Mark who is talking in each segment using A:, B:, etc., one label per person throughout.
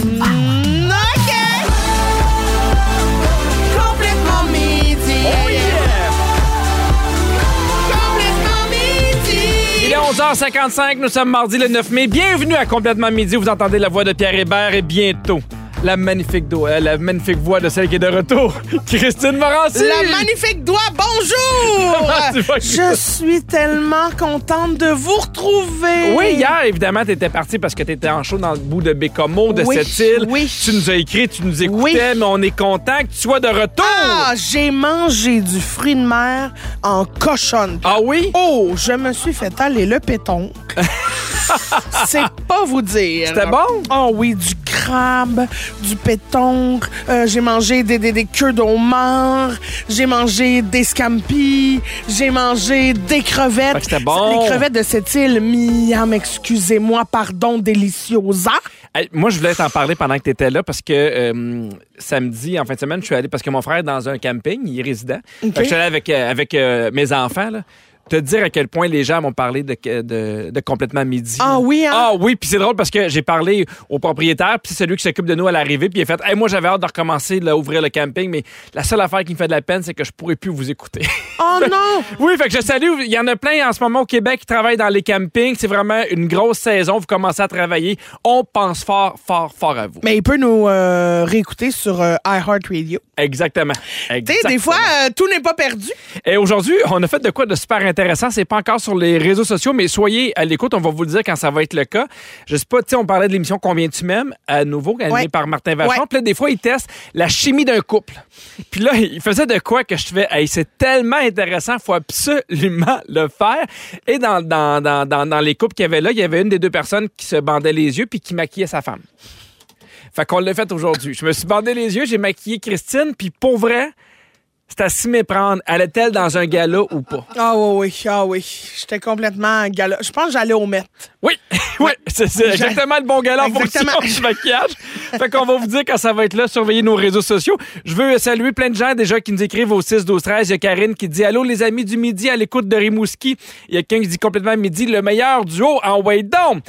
A: Mm, OK! Complètement midi.
B: Oh yeah!
A: Complètement
B: Il
A: midi.
B: est 11h55, nous sommes mardi le 9 mai. Bienvenue à Complètement Midi. Vous entendez la voix de Pierre Hébert et bientôt la magnifique, do- euh, la magnifique voix de celle qui est de retour, Christine Morancy.
A: La magnifique doigt, bonjour!
B: Comment Ah, tu vas, Christine?
A: Je suis tellement contente de vous retrouver.
B: Oui, hier, évidemment, t'étais parti parce que t'étais en chaud dans le bout de Bécomo, de
A: Oui,
B: cette île.
A: oui.
B: Tu nous as écrit, tu nous écoutais,
A: Oui.
B: mais on est content que tu sois de retour.
A: Ah, j'ai mangé du fruit de mer en cochonne.
B: Ah oui?
A: Oh, je me suis fait aller le péton. C'est pas vous dire.
B: C'était bon?
A: Oh oui, du crabe, du pétoncle. Euh, j'ai mangé des, des, des queues d'homard. J'ai mangé des scampis. J'ai mangé des crevettes.
B: Fait que c'était bon.
A: Les crevettes de cette île, miam, excusez-moi, pardon, deliciosa.
B: Hey, moi, je voulais t'en parler pendant que tu étais là parce que euh, samedi, en fin de semaine, je suis allé parce que mon frère est dans un camping, il est résident. Fait que Je suis allé avec, euh, avec euh, mes enfants. Là. Te dire à quel point les gens m'ont parlé de, de, de complètement midi.
A: Ah oui, hein?
B: Ah oui, puis c'est drôle parce que j'ai parlé au propriétaire, puis c'est celui qui s'occupe de nous à l'arrivée, puis il a fait Hey, Moi, j'avais hâte de recommencer, là, ouvrir le camping, mais la seule affaire qui me fait de la peine, c'est que je pourrais plus vous écouter.
A: Oh non!
B: Oui, fait que je salue. Il y en a plein en ce moment au Québec qui travaillent dans les campings. C'est vraiment une grosse saison. Vous commencez à travailler. On pense fort, fort, fort à vous.
A: Mais il peut nous euh, réécouter sur euh, iHeartRadio.
B: Exactement.
A: Tu sais, des
B: Exactement.
A: fois, euh, tout n'est pas perdu.
B: Et aujourd'hui, on a fait de quoi de super intéressant. C'est pas encore sur les réseaux sociaux, mais soyez à l'écoute. On va vous le dire quand ça va être le cas. Je sais pas, tu sais, on parlait de l'émission Combien tu m'aimes à nouveau, animée
A: Ouais.
B: par Martin Vachon.
A: Ouais.
B: Puis là, des fois, il teste la chimie d'un couple. Puis là, il faisait de quoi que je fais, hey, c'est tellement intéressant, faut absolument le faire. Et dans, dans, dans, dans, dans les couples qu'il y avait là, il y avait une des deux personnes qui se bandait les yeux puis qui maquillait sa femme. Fait qu'on l'a fait aujourd'hui. Je me suis bandé les yeux, j'ai maquillé Christine, puis pour vrai, c'est à s'y méprendre. Allait-elle dans un gala ou pas?
A: Ah oui, oui, ah oui. J'étais complètement gala. Je pense que j'allais au Met.
B: Oui, oui, c'est c'est exactement le bon gala en fonction
A: Exactement.
B: du maquillage. Fait qu'on va vous dire quand ça va être là, surveillez nos réseaux sociaux. Je veux saluer plein de gens déjà qui nous écrivent au 6 12 13. Il y a Karine qui dit allô les amis du midi à l'écoute de Rimouski. Il y a quelqu'un qui dit complètement midi le meilleur duo en Waydon.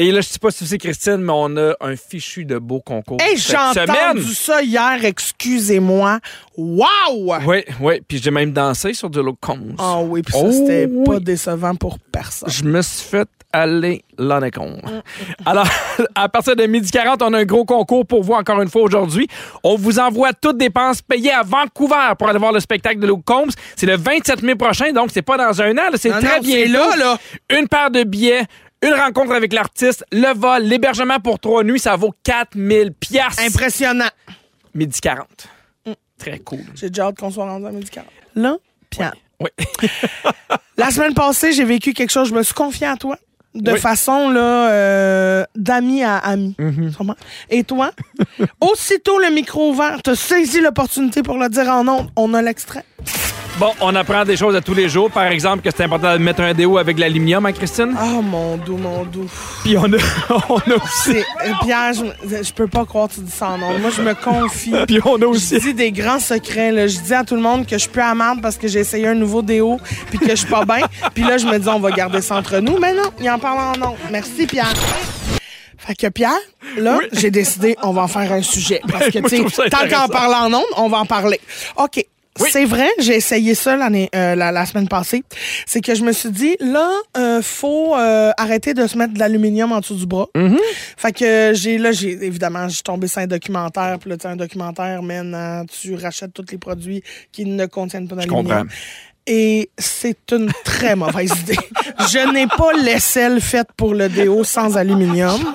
B: Et là je sais pas si c'est Christine mais on a un fichu de beau concours
A: Hey, j'ai
B: cette
A: entendu
B: semaine.
A: ça hier, excusez-moi. Wow!
B: Oui, oui, puis j'ai même dansé sur de l'eau con.
A: Ah oui, puis ça,
B: Oh
A: c'était pas
B: oui.
A: décevant pour personne.
B: Je me suis fait aller l'anacon. Alors, à partir de 12h40, on a un gros concours pour vous encore une fois aujourd'hui. On vous envoie toutes dépenses payées à Vancouver pour aller voir le spectacle de Luke Combs. C'est le 27 mai prochain, donc c'est pas dans un an, là, c'est
A: Non,
B: très
A: non,
B: bien
A: c'est là, là.
B: Une paire de billets, une rencontre avec l'artiste, le vol, l'hébergement pour trois nuits, ça vaut 4000 piastres.
A: Impressionnant.
B: 12h40. Très cool.
A: J'ai déjà hâte qu'on soit rendu à médical. Là, Pierre.
B: Oui.
A: La semaine passée, j'ai vécu quelque chose. Je me suis confiée à toi. De
B: Oui.
A: façon, là, euh, d'ami à ami.
B: Mm-hmm.
A: Sûrement. Et toi, aussitôt le micro ouvert, t'as saisi l'opportunité pour le dire en ondes. On a l'extrait.
B: Bon, on apprend des choses à tous les jours. Par exemple, que c'est important de mettre un déo avec l'aluminium, hein, Christine?
A: Oh mon doux, mon doux.
B: Puis on a, on a aussi...
A: C'est- euh, Pierre, je, me- je peux pas croire que tu dis ça en ondes. Moi, je me confie.
B: Puis on a
A: Je
B: aussi.
A: dis des grands secrets. Là. Je dis à tout le monde que je suis plus amende parce que j'ai essayé un nouveau déo puis que je suis pas bien. Puis là, je me dis, on va garder ça entre nous. Mais non, il en parle en nom. Merci, Pierre. Fait que Pierre, là, j'ai décidé, on va en faire un sujet. Parce que,
B: Moi, je
A: tu
B: trouve ça
A: sais, tant
B: intéressant.
A: qu'en parle en ondes, on va en parler. OK.
B: Oui.
A: C'est vrai, j'ai essayé ça l'année, euh, la, la semaine passée. C'est que je me suis dit, là, euh, faut euh, arrêter de se mettre de l'aluminium en dessous du bras.
B: Mm-hmm.
A: Fait que j'ai, là, j'ai, évidemment, je suis tombée sur un documentaire. Puis là, tu sais, un documentaire, man, hein, tu rachètes tous les produits qui ne contiennent pas d'aluminium.
B: comprends.
A: Et c'est une très mauvaise idée. Je n'ai pas l'aisselle faite pour le déo sans aluminium.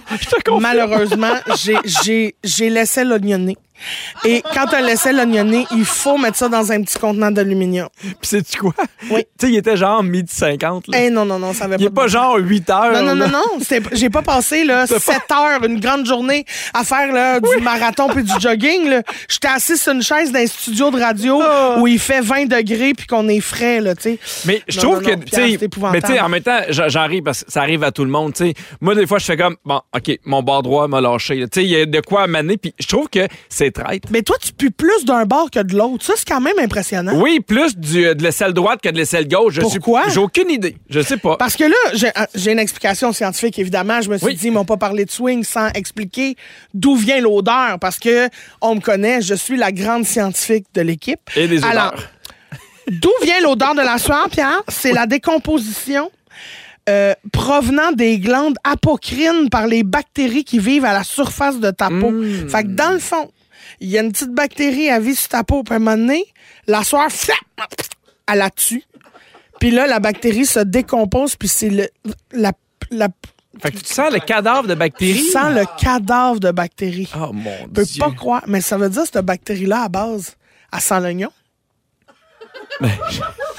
A: Malheureusement, j'ai- j'ai j'ai laissé l'oignonné. Et quand on laissait l'oignonné, il faut mettre ça dans un petit contenant d'aluminium.
B: Puis sais-tu quoi?
A: Oui.
B: Tu sais, il était genre midi 50. Là.
A: Eh non, non, non, ça avait
B: il est
A: de
B: pas
A: bon
B: genre 8 heures.
A: Non, non,
B: là.
A: non, non. c'est- J'ai pas passé là, 7 heures, une grande journée à faire là, du marathon puis du jogging. là. J'étais assise sur une chaise d'un studio de radio
B: Ah.
A: où il fait 20 degrés puis qu'on est frais, là, tu sais.
B: Mais je
A: Non,
B: trouve
A: non,
B: que.
A: non,
B: tu
A: Pierre,
B: sais,
A: c'est épouvantable.
B: mais tu sais, en même temps, j'en- j'en ris parce que ça arrive à tout le monde. tu sais. Moi, des fois, je fais comme, bon, OK, mon bord droit m'a lâché. là. Tu sais, il y a de quoi à maner. Puis je trouve que c'est traître.
A: Mais toi, tu pues plus d'un bord que de l'autre. Ça, c'est quand même impressionnant.
B: Oui, plus du, euh, de l'aisselle droite que de l'aisselle gauche. Je suis-
A: Pourquoi?
B: J'ai aucune idée. Je sais pas.
A: Parce que là, j'ai- ah, j'ai une explication scientifique, évidemment. Je me suis
B: Oui.
A: dit, ils m'ont pas parlé de swing sans expliquer d'où vient l'odeur. Parce que on me connaît, je suis la grande scientifique de l'équipe.
B: Et des odeurs.
A: Alors, d'où vient l'odeur de la sueur, Pierre? C'est la décomposition. euh, provenant des glandes apocrines par les bactéries qui vivent à la surface de ta peau.
B: Mmh.
A: Fait que dans le fond, il y a une petite bactérie à vivre sur ta peau. Puis à un moment donné, la sueur, flap, elle la tue. Puis là, la bactérie se décompose, puis c'est le, la, la,
B: Fait que tu sens le cadavre de
A: tu
B: bactéries.
A: sens le cadavre de bactérie.
B: Oh mon
A: Je peux
B: dieu.
A: pas croire, mais ça veut dire que cette bactérie-là, à base, elle sent l'oignon.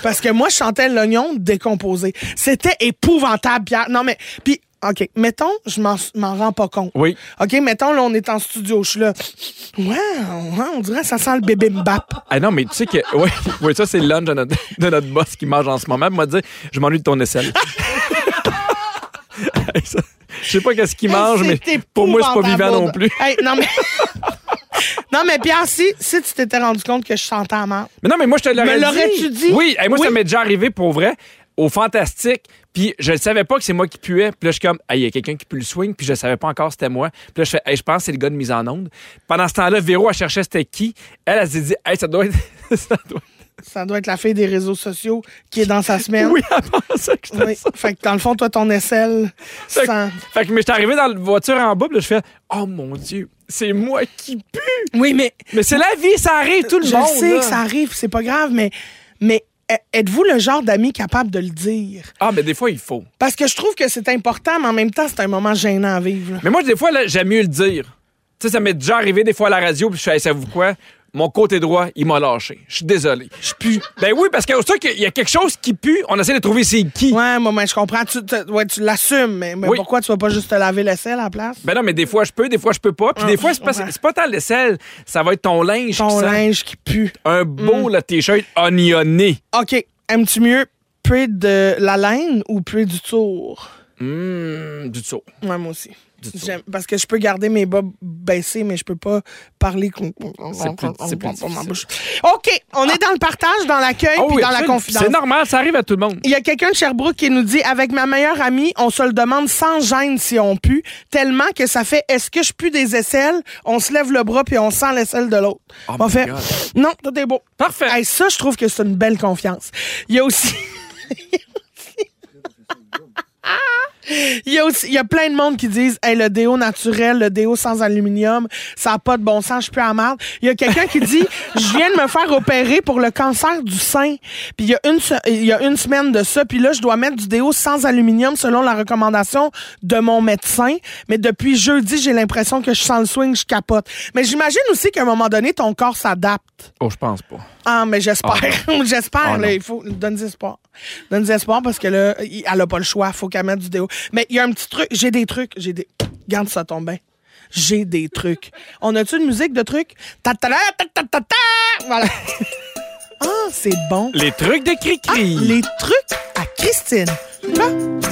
A: Parce que moi, je sentais l'oignon décomposé. C'était épouvantable, Pierre. Non, mais, puis, OK, mettons, je m'en m'en rends pas compte.
B: Oui.
A: OK, mettons, là, on est en studio, je suis là. Ouais, ouais, on dirait que ça sent le bébé mbap.
B: Ah non, mais tu sais que. Oui, oui ça, c'est le lunch de notre, de notre boss qui mange en ce moment. Puis m'a dit Je m'ennuie de ton aisselle. Hey, ça, Je sais pas qu'est-ce qu'il mange, mais
A: C'est
B: pour moi, c'est pas
A: épouvantable.
B: vivant non plus.
A: Hey, non, mais. non, mais Pierre, si, si tu t'étais rendu compte que je sentais la mort.
B: Mais non, mais moi, je te
A: Me
B: l'aurais dit.
A: l'aurais-tu dit?
B: Oui, et moi,
A: Oui.
B: ça m'est déjà arrivé pour vrai au Fantastique. Puis je ne savais pas que c'est moi qui puais. Puis là, je suis comme, Ah, il y a quelqu'un qui pue le swing. Puis je savais pas encore c'était moi. Puis là, je fais, hey, je pense que c'est le gars de mise en onde. Pendant ce temps-là, Véro, elle cherchait c'était qui. Elle, elle s'est dit, hey, ça doit être. ça doit être-
A: Ça doit être la fille des réseaux sociaux qui est dans sa semaine.
B: Oui, elle pensait que c'était
A: Oui.
B: ça.
A: Fait que dans le fond, toi, ton aisselle
B: Fait,
A: sent.
B: que- fait que mais j'étais arrivé dans la voiture en bas, puis là, je fais Oh mon Dieu, c'est moi qui pue!
A: Oui, mais.
B: Mais c'est la vie, ça arrive tout le
A: Je
B: monde!
A: sais
B: là.
A: que ça arrive, c'est pas grave, mais, mais e- êtes-vous le genre d'amis capable de le dire?
B: Ah, mais des fois, il faut.
A: Parce que je trouve que c'est important, mais en même temps, c'est un moment gênant à vivre. là.
B: Mais moi, des fois, là, j'aime mieux le dire. Tu sais, ça m'est déjà arrivé des fois à la radio, puis je fais, Hey, savez-vous quoi? Mon côté droit, il m'a lâché. Je suis désolé. Je pue. Ben oui, parce que ça qu'il y a quelque chose qui pue, on essaie de trouver c'est qui.
A: Ouais, moi, mais je comprends. Tu, te- ouais, tu l'assumes, mais, mais
B: Oui.
A: pourquoi tu vas pas juste te laver l'aisselle à la place?
B: Ben non, mais des fois, je peux, des fois, je peux pas. Puis
A: Ah,
B: des fois, c'est pas,
A: ouais.
B: c'est pas tant le sel, ça va être ton linge. qui
A: Ton
B: sent.
A: linge Mm. qui pue.
B: Un beau là, t-shirt oignonné.
A: OK, aimes-tu mieux près de la laine ou près du tour?
B: Hum, du tout.
A: Ouais, moi aussi.
B: Du tout.
A: J'aime- Parce que je peux garder mes bas baissés, mais je peux pas parler. comme-
B: plus- c'est plus
A: ma
B: difficile.
A: bouche. OK, on est dans le partage, dans l'accueil,
B: Oh
A: puis
B: oui,
A: dans la
B: absolument.
A: confidence.
B: C'est normal, ça arrive à tout le monde.
A: Il y a quelqu'un de Sherbrooke qui nous dit Avec ma meilleure amie, on se le demande sans gêne si on pue, tellement que ça fait Est-ce que je pue des aisselles On se lève le bras puis on sent l'aisselle de l'autre.
B: Oh
A: on
B: my
A: fait
B: God.
A: Non, tout est beau.
B: Parfait.
A: Hey, ça, je trouve que c'est une belle confiance. Il y a aussi. Il y, a aussi, il y a plein de monde qui disent hey, le déo naturel, le déo sans aluminium, ça n'a pas de bon sens, je suis plus à marde. Il y a quelqu'un qui dit je viens de me faire opérer pour le cancer du sein. Puis il y a une se- il y a une semaine de ça, puis là je dois mettre du déo sans aluminium selon la recommandation de mon médecin, mais depuis jeudi, j'ai l'impression que je sens le swing, je capote. Mais j'imagine aussi qu'à un moment donné ton corps s'adapte.
B: Oh, je pense pas.
A: Ah, mais j'espère. j'espère.
B: Ah,
A: là,
B: non.
A: il faut. Donne des espoirs. Donne des espoirs parce que là, il- elle a pas le choix. Faut qu'elle mette du déo. Mais il y a un petit truc. J'ai des trucs. J'ai des. Garde ça tombe bien. J'ai des trucs. On a-tu une musique de trucs? Ta ta ta ta ta ta ta! Voilà. Ah, c'est bon.
B: Les trucs de
A: Ah,
B: Cricri.
A: les trucs à Christine. Là.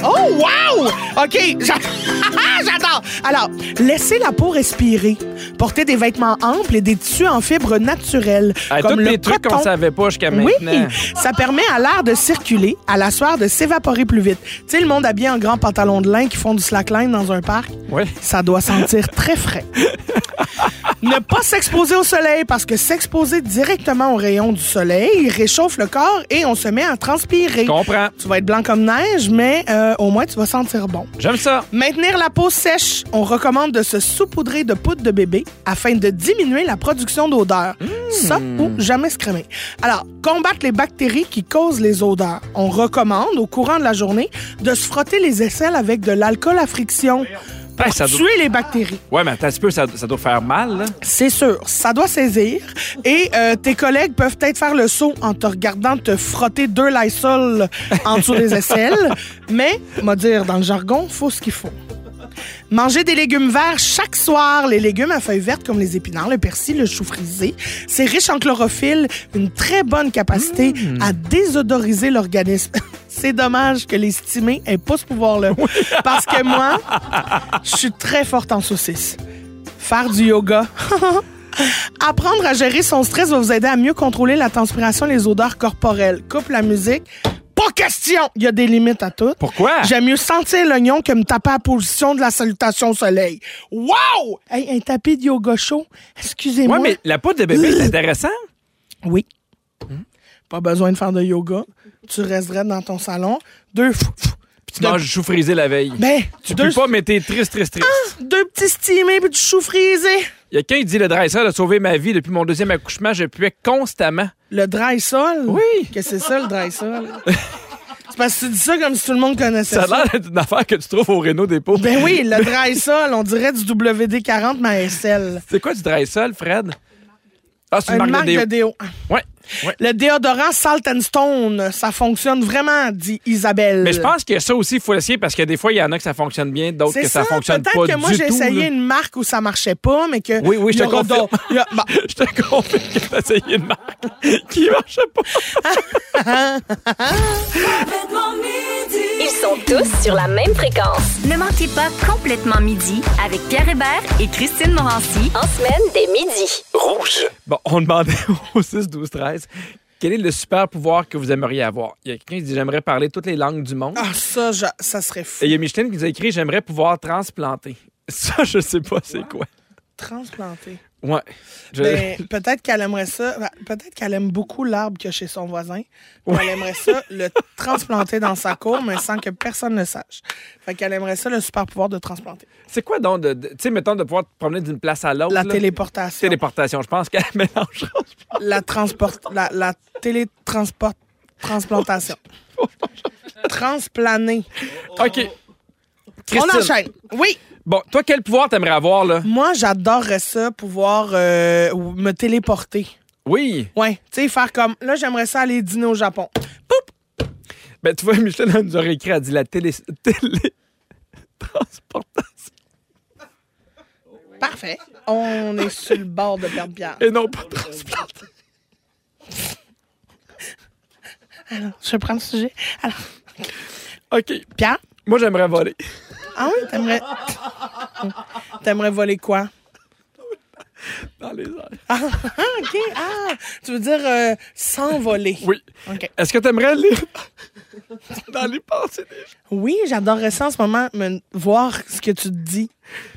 A: Oh, wow! OK, j'a- j'adore. Alors, laissez la peau respirer. Portez des vêtements amples et des tissus en fibres naturelles.
B: Hey,
A: comme
B: tous
A: le
B: les trucs qu'on
A: coton.
B: savait pas jusqu'à
A: Oui,
B: maintenant.
A: ça permet à l'air de circuler, à la soirée de s'évaporer plus vite. Tu sais, le monde habillé en grand pantalon de lin qui font du slackline dans un parc,
B: Ouais.
A: ça doit sentir très frais. ne pas s'exposer au soleil parce que s'exposer directement aux rayons du soleil réchauffe le corps et on se met à transpirer.
B: Comprends.
A: Tu vas être blanc comme neige, mais euh, au moins tu vas sentir bon.
B: J'aime ça.
A: Maintenir la peau sèche, on recommande de se saupoudrer de poudre de bébé afin de diminuer la production d'odeurs.
B: Hmm.
A: Ça ou jamais se crémer. Alors, combattre les bactéries qui causent les odeurs. On recommande au courant de la journée de se frotter les aisselles avec de l'alcool à friction pour
B: Hey, Ben, ça doit-
A: tuer les bactéries.
B: Ouais, mais attends un petit peu, ça, ça doit faire mal, là.
A: C'est sûr, ça doit saisir. Et euh, tes collègues peuvent peut-être faire le saut en te regardant te frotter deux Lysol en dessous des aisselles. Mais, m'a dire dans le jargon, faut ce qu'il faut. Manger des légumes verts chaque soir. Les légumes à feuilles vertes comme les épinards, le persil, le chou frisé. C'est riche en chlorophylle, une très bonne capacité à désodoriser l'organisme. C'est dommage que les stimés aient pas ce pouvoir-là. Parce que moi, je suis très forte en saucisses. Faire du yoga. Apprendre à gérer son stress va vous aider à mieux contrôler la transpiration et les odeurs corporelles. Coupe la musique. Pas question! Il y a des limites à tout.
B: Pourquoi?
A: J'aime mieux sentir l'oignon que me taper à la position de la salutation au soleil. Wow! Hey, un tapis de yoga chaud. Excusez-moi.
B: Ouais, mais la poudre de bébé, c'est intéressant.
A: Oui. Pas besoin de faire de yoga. Tu resterais dans ton salon. Deux fou- fou-
B: Puis tu manges du chou frisé la veille.
A: Ben,
B: tu
A: deux, Ah!
B: peux pas, mais t'es triste, triste, triste.
A: deux petits steamés puis du chou frisé.
B: Il y a quelqu'un qui dit le dresser a sauvé ma vie depuis mon deuxième accouchement. Je puais constamment.
A: Le dry sol.
B: Oui.
A: Que c'est ça, le dry sol? c'est parce que tu dis ça comme si tout le monde connaissait
B: Ça
A: ça.
B: a l'air d'une affaire que tu trouves au Renault Dépôt.
A: Ben oui, le dry sol, on dirait du WD-40, mais SL.
B: C'est quoi du dry sol, Fred? Ah, c'est
A: Une
B: une
A: marque,
B: marque,
A: de
B: de déo.
A: déo.
B: Ouais. ouais.
A: Le déodorant Salt and Stone, ça fonctionne vraiment, dit Isabelle.
B: Mais je pense que ça aussi, il faut essayer parce que des fois, il y en a que ça fonctionne bien, d'autres
A: Euh. c'est
B: que ça, fonctionne pas
A: Peut-être que moi,
B: du
A: j'ai
B: tout,
A: essayé
B: là.
A: une marque où ça marchait pas, mais que.
B: Oui, oui, je
A: il y
B: te
A: aura
B: confirme.
A: d'autres- il y a- bah, bon.
B: Je te confirme que t'as essayé une marque qui marche pas.
C: Ils sont tous sur la même fréquence.
D: Ne manquez pas complètement midi avec Pierre Hébert et Christine Morancy.
C: En semaine dès midi.
B: Bon, on demandait au 6, 12, 13 quel est le super pouvoir que vous aimeriez avoir. Il y a quelqu'un qui dit J'aimerais parler toutes les langues du monde.
A: Ah, ça, je- ça serait fou.
B: Et il y a Micheline qui nous a écrit J'aimerais pouvoir transplanter. Ça, je sais pas c'est quoi.
A: Transplanté.
B: Ouais. Je-
A: Ben, peut-être qu'elle aimerait ça. ben, Peut-être qu'elle aime beaucoup l'arbre que chez son voisin. Puis Elle aimerait ça le transplanter dans sa cour, mais sans que personne ne sache. Fait qu'elle aimerait ça le super pouvoir de transplanter.
B: C'est quoi donc de. de- tu sais, mettons, de pouvoir te promener d'une place à l'autre.
A: La
B: là?
A: téléportation. Oh.
B: Téléportation, je pense qu'elle mélange.
A: La transport. La, la télétransport. Transplantation. Transplaner.
B: OK.
A: On
B: Christine,
A: enchaîne. Oui.
B: Bon, toi, quel pouvoir t'aimerais avoir, là?
A: Moi, j'adorerais ça, pouvoir euh, me téléporter.
B: Oui.
A: Ouais. Tu sais, faire comme. Là, j'aimerais ça aller dîner au Japon.
B: Ben, tu vois, Michel elle nous aurait écrit, elle dit la télé. télé... Transportation.
A: Parfait. On est sur le bord de perdre Pierre.
B: Et non pas transplantation.
A: Je prends le sujet. Alors,
B: OK.
A: Pierre?
B: Moi, j'aimerais voler.
A: Ah oui, t'aimerais. T'aimerais voler quoi?
B: Dans les airs.
A: Ah, ah, OK. Ah, tu veux dire euh, s'envoler.
B: Oui.
A: OK.
B: Est-ce que t'aimerais lire dans les pensées des gens?
A: Oui, j'adorerais ça en ce moment, me, voir ce que tu te dis.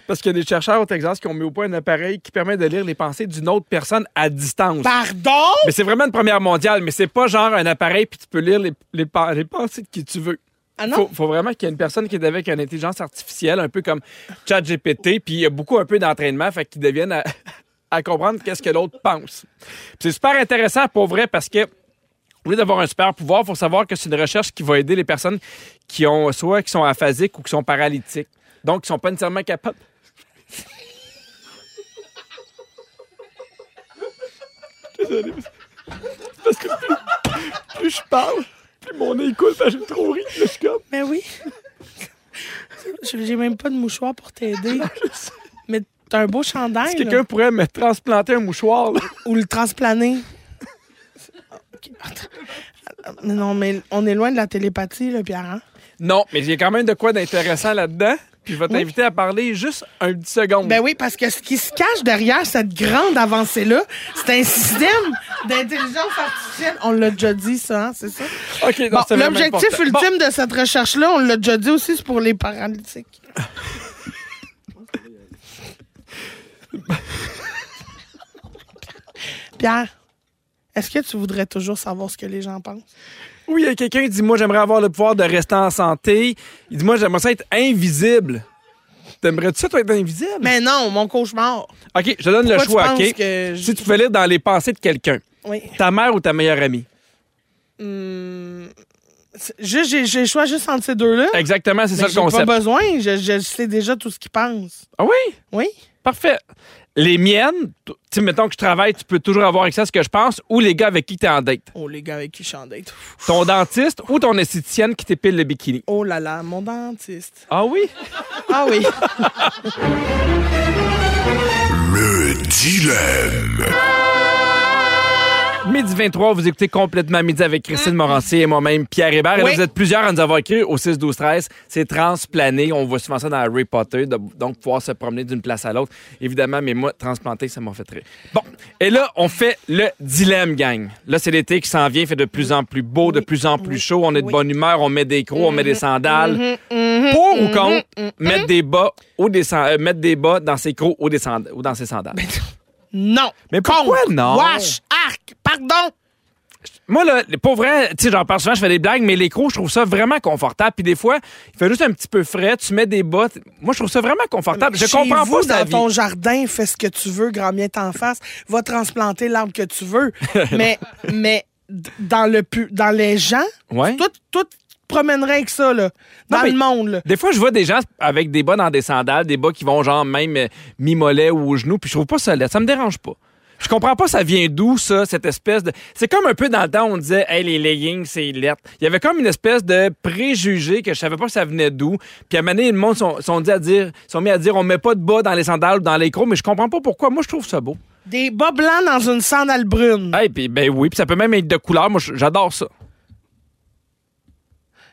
B: Parce qu'il y a des chercheurs au Texas qui ont mis au point un appareil qui permet de lire les pensées d'une autre personne à distance.
A: Bah. Pardon?
B: Mais c'est vraiment une première mondiale, mais c'est pas genre un appareil puis tu peux lire les, les, pen- les pensées de qui tu veux.
A: Ah non?
B: Faut, faut vraiment qu'il y ait une personne qui est avec une intelligence artificielle, un peu comme ChatGPT, puis il y a beaucoup un peu d'entraînement, fait qu'ils deviennent à, à comprendre qu'est-ce que l'autre pense. Puis c'est super intéressant pour vrai parce que au lieu d'avoir un super pouvoir, faut savoir que c'est une recherche qui va aider les personnes qui ont soit qui sont aphasiques ou qui sont paralytiques, donc qui sont pas nécessairement capables. Désolé, mais c'est parce que plus, plus je parle, plus mon nez coule, parce que j'ai trop ri. Là, je suis comme-
A: Mais oui. Je- J'ai même pas de mouchoir pour t'aider. Mais t'as un beau chandail.
B: Si
A: là.
B: quelqu'un pourrait me transplanter un mouchoir, là.
A: ou le transplaner. Ok, attends. Mais non, mais on est loin de la télépathie, là, Pierre. hein?
B: Non, mais il y a quand même de quoi d'intéressant là-dedans. Puis je vais t'inviter à parler juste un petit seconde.
A: Ben oui, parce que ce qui se cache derrière cette grande avancée-là, c'est un système d'intelligence artificielle. On l'a déjà dit, ça, hein, c'est ça?
B: OK, non,
A: Bon,
B: c'est vraiment
A: L'objectif
B: important. Bon,
A: ultime de cette recherche-là, on l'a déjà dit aussi, c'est pour les paralytiques. Pierre, est-ce que tu voudrais toujours savoir ce que les gens pensent?
B: oui, il y a quelqu'un qui dit Moi, j'aimerais avoir le pouvoir de rester en santé. Il dit Moi, j'aimerais ça être invisible. T'aimerais-tu ça, toi, être invisible?
A: Mais non, mon cauchemar.
B: OK, je te donne le
A: Pourquoi
B: choix,
A: tu
B: OK?
A: penses que je-
B: Si tu pouvais lire dans les pensées de quelqu'un,
A: Oui.
B: ta mère ou ta meilleure amie?
A: Hum, C'est- Juste, j'ai- j'ai le choix juste entre ces deux-là.
B: Exactement, c'est ça
A: Mais
B: le
A: Ben, J'ai pas
B: concept.
A: besoin, je, je sais déjà tout ce qu'ils pensent.
B: Ah oui?
A: Oui?
B: Parfait. Les miennes, t- tu sais, mettons que je travaille, tu peux toujours avoir accès à ce que je pense, ou les gars avec qui t'es en date.
A: Oh, les gars avec qui je suis en date.
B: Ton dentiste ou ton esthéticienne qui t'épile le bikini.
A: Oh là là, mon dentiste.
B: Ah oui?
A: Ah oui.
E: Le dilemme.
B: Midi 23, vous écoutez complètement Midi avec Christine Morancier et moi-même, Pierre Hébert. Et là,
A: Mm. Oui.
B: vous êtes plusieurs à nous avoir écrit au 6, 12, 13. C'est transplané. On voit souvent ça dans Harry Potter. de- donc, pouvoir se promener d'une place à l'autre. Évidemment, mais moi, transplanter, ça m'a fait très. Bon. Et là, on fait le dilemme, gang. Là, c'est l'été qui s'en vient. Il fait de plus en plus beau, de plus en plus chaud. On est de bonne humeur. On met des crocs, on met
A: Mm-hmm.
B: des sandales. Pour ou contre mettre des bas ou des san- euh, mettre des bas dans ses crocs ou, des sand- ou dans ses sandales.
A: Non.
B: Mais pourquoi
A: Contre.
B: non?
A: Wesh, arc, pardon.
B: Moi, là, pour vrai, tu sais, j'en parle souvent, je fais des blagues, mais les crocs, je trouve ça vraiment confortable. Puis des fois, il fait juste un petit peu frais, tu mets des bottes. Moi, je trouve ça vraiment confortable. Je
A: Chez
B: comprends
A: vous,
B: pas ta
A: dans
B: vie.
A: ton jardin, fais ce que tu veux, grand bien t'en face. Va transplanter l'arbre que tu veux. mais mais d- dans le pu- dans les gens,
B: Ouais.
A: tout tout promènerais avec ça là, dans
B: Non, mais-
A: le monde là.
B: Des fois, je vois des gens avec des bas dans des sandales, des bas qui vont genre même euh, mi-mollet ou aux genoux, puis je trouve pas ça laid. Ça me dérange pas. Je comprends pas ça vient d'où, ça, cette espèce de... C'est comme un peu dans le temps, on disait « Hey, les leggings, c'est lettre. » Il y avait comme une espèce de préjugé que je savais pas que ça venait d'où. Puis à un moment donné, le monde sont, sont dit à dire, sont mis à dire « On met pas de bas dans les sandales ou dans les crocs », mais je comprends pas pourquoi. Moi, je trouve ça beau.
A: Des bas blancs dans une sandale brune.
B: Hey, puis ben oui, puis ça peut même être de couleur. Moi, j- j'adore ça.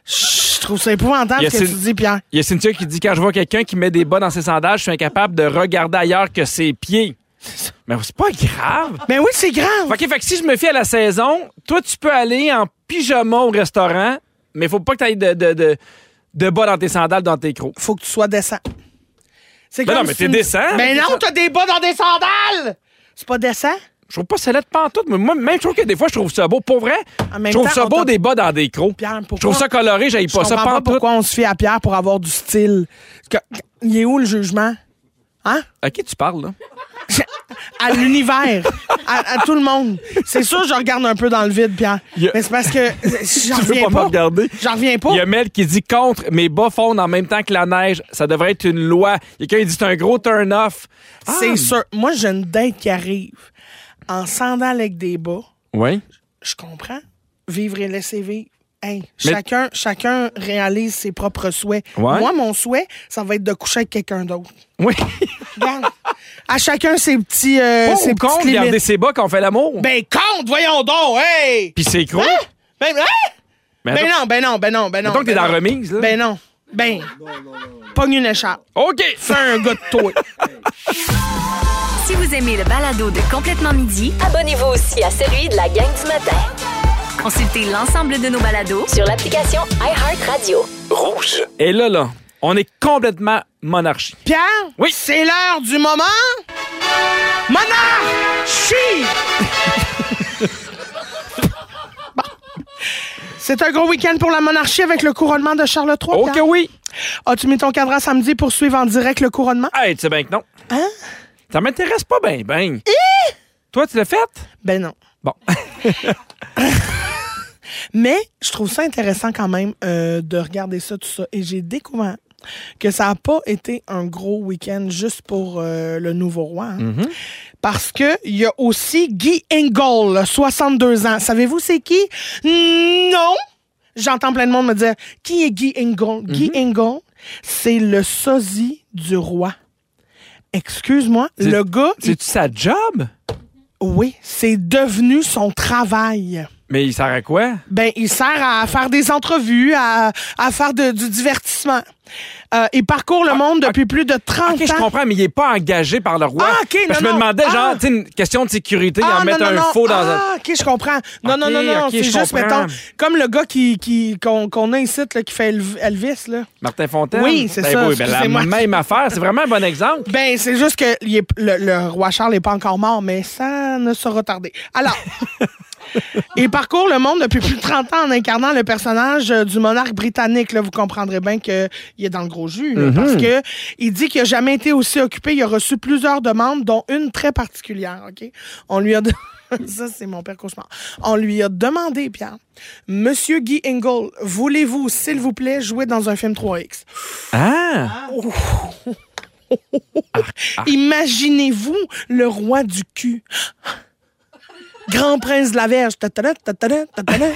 A: Je trouve ça épouvantable
B: Y a
A: ce que
B: Cyn-
A: tu dis, Pierre.
B: Il y a Cynthia qui dit quand je vois quelqu'un qui met des bas dans ses sandales, je suis incapable de regarder ailleurs que ses pieds. Mais c'est pas grave.
A: Mais oui, c'est grave.
B: OK, fait que si je me fie à la saison, toi, tu peux aller en pyjama au restaurant, mais faut pas que tu ailles de, de, de, de bas dans tes sandales, dans tes crocs.
A: faut que tu sois décent. C'est
B: Ben
A: comme
B: non, mais
A: si
B: t'es
A: une-
B: décent.
A: Mais non, t'as des bas dans des sandales! C'est pas décent?
B: Je trouve pas ça laid pantoute, mais moi, même je trouve que des fois, je trouve ça beau. Pour vrai,
A: En même
B: je trouve
A: temps,
B: ça
A: on
B: beau
A: t'a-
B: des bas dans des crocs.
A: Pierre, pourquoi-
B: Je trouve ça coloré, j'aille
A: Je
B: pas ça
A: comprends pas
B: pantoute.
A: pourquoi on se fie à Pierre pour avoir du style. Que- Il est où le jugement? Hein?
B: À qui tu parles, là?
A: À l'univers, à, à tout le monde. C'est sûr, je regarde un peu dans le vide, Pierre.
B: Il y a-
A: Mais c'est parce que j'en
B: veux
A: reviens
B: pas me
A: pas.
B: regarder?
A: J'en reviens pas.
B: Il y a Mel qui dit contre, mes bas fondent en même temps que la neige. Ça devrait être une loi. Il y a quelqu'un qui dit c'est un gros turn-off. Ah,
A: C'est sûr. Moi, j'ai une date qui arrive en sandales avec des bas.
B: Oui.
A: je comprends. Vivre et laisser vivre. Hey, chacun, chacun réalise ses propres souhaits.
B: Ouais.
A: Moi, mon souhait, ça va être de coucher avec quelqu'un d'autre.
B: Oui.
A: Regarde. à chacun ses petits. euh,
B: Pour
A: ses
B: ou contre
A: petites limites.
B: garder ses bas quand on fait l'amour?
A: Ben, compte, voyons donc, hey!
B: Puis ses crocs.
A: Hein? Ben, hein?
B: Mais
A: Ben
B: attends-
A: non, ben non, ben non, ben non.
B: mettons que t'es
A: ben
B: dans
A: non.
B: la remise, là.
A: Ben non. Ben, pogne une écharpe.
B: OK.
A: Fais un gars de toi.
D: Si vous aimez le balado de Complètement Midi,
C: Abonnez-vous aussi à celui de la gang du matin
D: consultez l'ensemble de nos balados
C: sur l'application iHeartRadio.
B: Et là, là, on est complètement monarchie.
A: Pierre?
B: Oui.
A: C'est l'heure du moment. Monarchie! Bon. C'est un gros week-end pour la monarchie avec le couronnement de Charles III.
B: OK,
A: Pierre.
B: oui.
A: As-tu mis ton cadran samedi pour suivre en direct le couronnement?
B: Hey, tu sais bien que non.
A: Hein?
B: Ça m'intéresse pas bien, ben. Toi, tu l'as fait?
A: Ben non.
B: Bon.
A: Mais je trouve ça intéressant quand même euh, de regarder ça, tout ça. Et j'ai découvert que ça n'a pas été un gros week-end juste pour euh, le nouveau roi. hein.
B: Mm-hmm.
A: Parce que il y a aussi Guy Engel, 62 ans. Savez-vous c'est qui? Non! J'entends plein de monde me dire Qui est Guy Engel?
B: Mm-hmm.
A: Guy Engel, c'est le sosie du roi. Excuse-moi,
B: C'est-
A: le gars, il-
B: C'est-tu sa job?
A: oui, c'est devenu son travail.
B: Mais il sert à quoi?
A: Ben, il sert à faire des entrevues, à, à faire de- du divertissement. Euh, il parcourt le monde depuis plus de 30
B: Ah, OK, je
A: ans.
B: comprends, mais il n'est pas engagé par le roi.
A: Ah, OK,
B: Parce que
A: non,
B: je
A: non.
B: me demandais, genre,
A: Ah.
B: tu sais, une question de sécurité, ils en
A: Ah,
B: mettent
A: non, non,
B: un
A: non.
B: faux dans un.
A: Ah, OK, je comprends. Non, non,
B: OK,
A: non, non, non,
B: OK, je
A: c'est juste,
B: comprends.
A: mettons, comme le gars qui, qui, qu'on, qu'on a ici, là, qui fait Elv- Elvis, là.
B: Martin Fontaine?
A: Oui, c'est
B: Ben
A: ça,
B: oui, ben la
A: excusez-moi.
B: même affaire. C'est vraiment un bon exemple.
A: Ben, c'est juste que il est- le, le roi Charles n'est pas encore mort, mais ça ne sera tardé. Alors, il parcourt le monde depuis plus de 30 ans en incarnant le personnage euh, du monarque britannique. Là, vous comprendrez bien qu'il est dans le gros jus, là, parce que il dit qu'il n'a jamais été aussi occupé. Il a reçu plusieurs demandes, dont une très particulière. Ok, On lui a... de- Ça, c'est mon père cauchemar. On lui a demandé, Pierre, Monsieur Guy Engel, voulez-vous, s'il vous plaît, jouer dans un film 3X?
B: Ah!
A: Imaginez-vous le roi du cul. Grand prince de la Vierge. Ta-ta-da, ta-ta-da, ta-ta-da.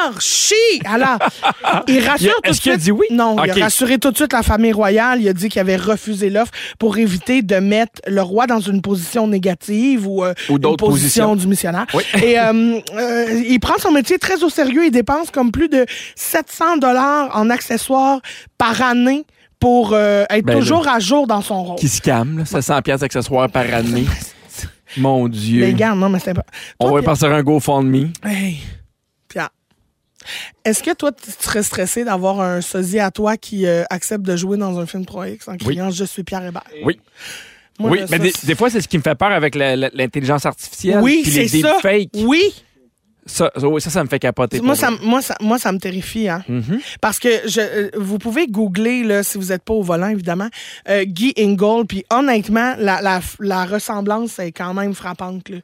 A: Monarchie! Alors, il rassure
B: Il a-
A: tout de
B: est-ce qu'il a
A: suite.
B: dit oui?
A: Non,
B: Ok.
A: il a rassuré tout de suite la famille royale. Il a dit qu'il avait refusé l'offre pour éviter de mettre le roi dans une position négative ou, euh,
B: Ou
A: une
B: d'autres
A: position
B: positions.
A: du missionnaire.
B: Oui.
A: Et euh, euh, il prend son métier très au sérieux. Il dépense comme plus de 700 dollars en accessoires par année pour euh, être
B: Ben là.
A: toujours à jour dans son rôle.
B: Qui se calme, là, 700 piastres d'accessoires par année. Mon Dieu.
A: Les gars, Ben, non, mais c'est pas.
B: On
A: Toi,
B: va passer un GoFundMe.
A: Pierre- Hey, Pierre. Est-ce que toi, tu serais stressé d'avoir un sosie à toi qui euh, accepte de jouer dans un film Pro X en criant Je suis Pierre Hébert?
B: Oui.
A: Moi,
B: oui,
A: là,
B: mais
A: ça,
B: des,
A: c'est-
B: des fois, c'est ce qui me fait peur avec la- la- l'intelligence artificielle.
A: Oui,
B: puis
A: c'est
B: les
A: ça.
B: deepfakes.
A: Oui.
B: Ça, ça, oui, ça, ça me fait capoter.
A: Moi
B: pour
A: ça,
B: vrai.
A: m- moi, ça, moi, ça me terrifie. Hein?
B: Mm-hmm.
A: Parce que je, euh, vous pouvez googler, là, si vous n'êtes pas au volant, évidemment, euh, Guy Ingold. Puis honnêtement, la, la, la ressemblance est quand même frappante. là.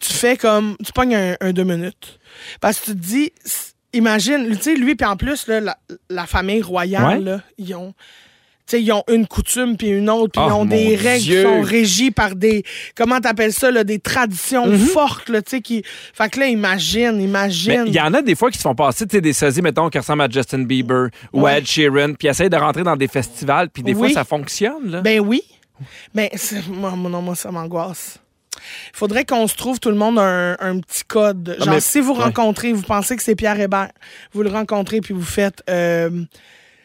A: Tu fais comme. Tu pognes un, un deux minutes. Parce que tu te dis, s- imagine, tu sais, lui, puis en plus, là, la, la famille royale,
B: Ouais.
A: là, ils ont. tu sais, ils ont une coutume puis une autre, puis
B: Oh,
A: ils ont des
B: mon
A: règles qui
B: Dieu.
A: sont régies par des comment t'appelles ça là, des traditions fortes là, tu sais qui fait que là imagine,
B: Mm-hmm. Mais
A: imagine.
B: il y en a des fois qui se font passer, tu sais, des sosies, mettons, qui ressemblent à Justin Bieber ou à Ed Sheeran, puis essayent de rentrer dans des festivals, puis des fois,
A: Oui.
B: ça fonctionne, là.
A: Ben oui. Ben, c'est- moi, moi, non, moi, ça m'angoisse. Il faudrait qu'on se trouve tout le monde un, un petit code.
B: Non,
A: Genre,
B: Ah, mais-
A: si vous
B: ouais.
A: rencontrez, vous pensez que c'est Pierre Hébert, vous le rencontrez puis vous faites euh,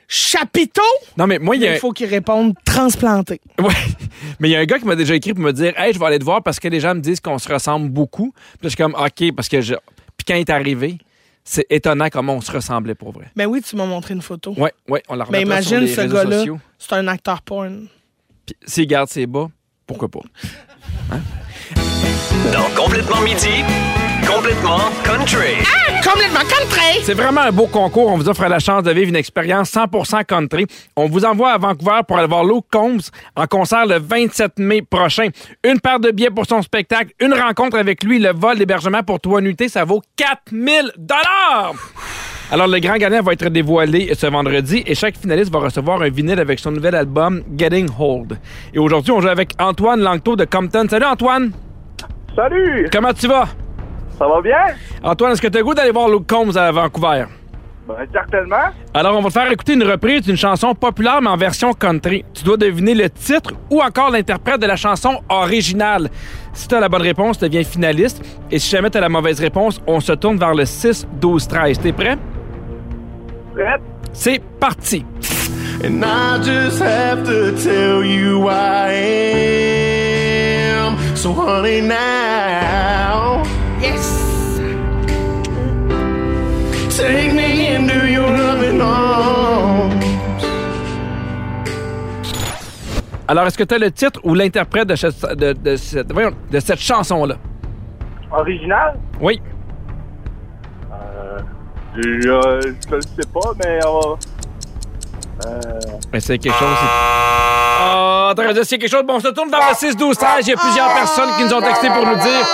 A: chapiteau,
B: non, mais moi, il y a...
A: il faut qu'il réponde transplanté.
B: Ouais. Mais il y a un gars qui m'a déjà écrit pour me dire Hey, je vais aller te voir parce que les gens me disent qu'on se ressemble beaucoup. Puis là, je suis comme OK, parce que je. Puis quand il est arrivé, c'est étonnant comment on se ressemblait pour vrai.
A: Ben oui, tu m'as montré une photo.
B: Ouais, ouais, on la
A: Ben
B: remettra sur
A: imagine
B: les
A: ce
B: réseaux
A: gars-là,
B: sociaux.
A: c'est un acteur porn.
B: Puis s'il garde ses bas, pourquoi pas?
E: Dans Complètement Midi, complètement country.
A: Complètement contré!
B: C'est vraiment un beau concours. On vous offre la chance de vivre une expérience 100% country. On vous envoie à Vancouver pour aller voir Lou Combs en concert le 27 mai prochain. Une paire de billets pour son spectacle, une rencontre avec lui, le vol, l'hébergement pour toi nuitées, ça vaut 4000 dollars. Alors, le grand gagnant va être dévoilé ce vendredi et chaque finaliste va recevoir un vinyle avec son nouvel album Getting Hold. Et aujourd'hui, on joue avec Antoine Langteau de Compton. Salut Antoine!
F: Salut!
B: Comment tu vas?
F: Ça va bien?
B: Antoine, est-ce que tu as le goût d'aller voir Lou Combs à Vancouver?
F: Ben, certainement.
B: Alors, on va te faire écouter une reprise d'une chanson populaire, mais en version country. Tu dois deviner le titre ou encore l'interprète de la chanson originale. Si tu as la bonne réponse, tu deviens finaliste. Et si jamais tu as la mauvaise réponse, on se tourne vers le 6-12-13. T'es prêt?
F: Prête?
B: C'est parti!
G: And I just have to tell you I am. So, honey, now. Yes! Take me into your loving arms.
B: Alors, est-ce que tu as le titre ou l'interprète de, cette- de- de cette, voyons, de cette chanson-là?
F: Original?
B: Oui.
F: Je, euh, je le sais pas, mais euh, on va-
B: Mais c'est quelque chose. Ah, t'aurais dû essayer quelque chose. Bon, on se tourne vers le 6-12-13. Il y a plusieurs personnes qui nous ont texté pour nous dire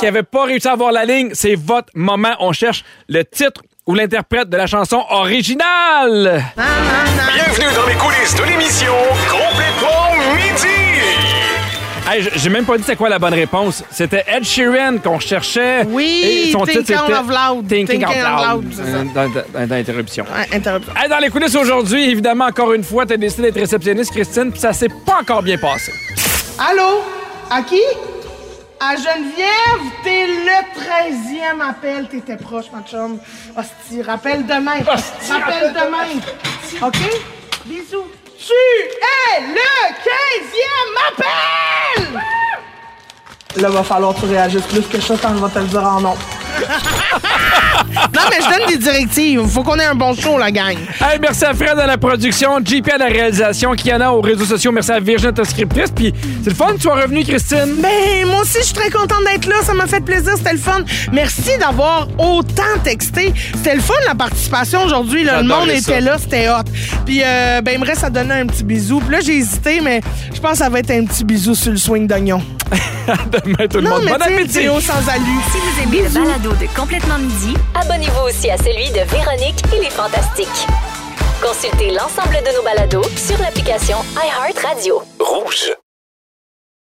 B: qu'ils n'avaient pas réussi à avoir la ligne. C'est votre moment. On cherche le titre ou l'interprète de la chanson originale.
E: Bienvenue dans les coulisses de l'émission Complètement Midi.
B: Hey, j- J'ai même pas dit c'est quoi la bonne réponse. C'était Ed Sheeran qu'on cherchait.
A: Oui,
B: Et
A: Thinking
B: c'était
A: Out Loud.
B: Thinking
A: Thinking
B: Out
A: Out
B: Loud.
A: Loud, c'est ça.
B: Dans- dans- dans- dans l'interruption.
A: Ouais, Ah, interruption.
B: Hey, dans les coulisses aujourd'hui, évidemment, encore une fois, t'as décidé d'être réceptionniste, Christine, puis ça s'est pas encore bien passé.
A: Allô? À qui? À Geneviève, t'es le 13e appel. T'étais proche, ma chum. Hostie, rappelle demain. rappelle demain. OK? Bisous. Tu es le 15e appel! Là, va falloir que tu réagisses plus que ça quand je vais te le dire en nom. non, mais je donne des directives. Faut qu'on ait un bon show, la gang.
B: Hey, merci à Fred à la production, JP à la réalisation, Kiana aux réseaux sociaux. Merci à Virginie, ta scriptrice. Puis c'est le fun que tu sois revenu, Christine.
A: Ben, moi aussi, je suis très contente d'être là. Ça m'a fait plaisir. C'était le fun. Merci d'avoir autant texté. C'était le fun, la participation aujourd'hui. là. Le
B: J'adorais
A: monde
B: ça.
A: était là. C'était hot. Puis, euh, ben, il me reste à donner un petit bisou. Puis là, j'ai hésité, mais je pense que ça va être un petit bisou sur le swing d'oignon.
B: À demain, tout le
A: Non,
B: monde.
A: mais
B: Bon
A: tu sais,
B: appétit.
A: vidéo sans alu.
D: Si vous aimez le balado de Complètement Midi,
C: Abonnez-vous aussi à celui de Véronique et les Fantastiques. Consultez l'ensemble de nos balados sur l'application iHeartRadio.
E: Rouge.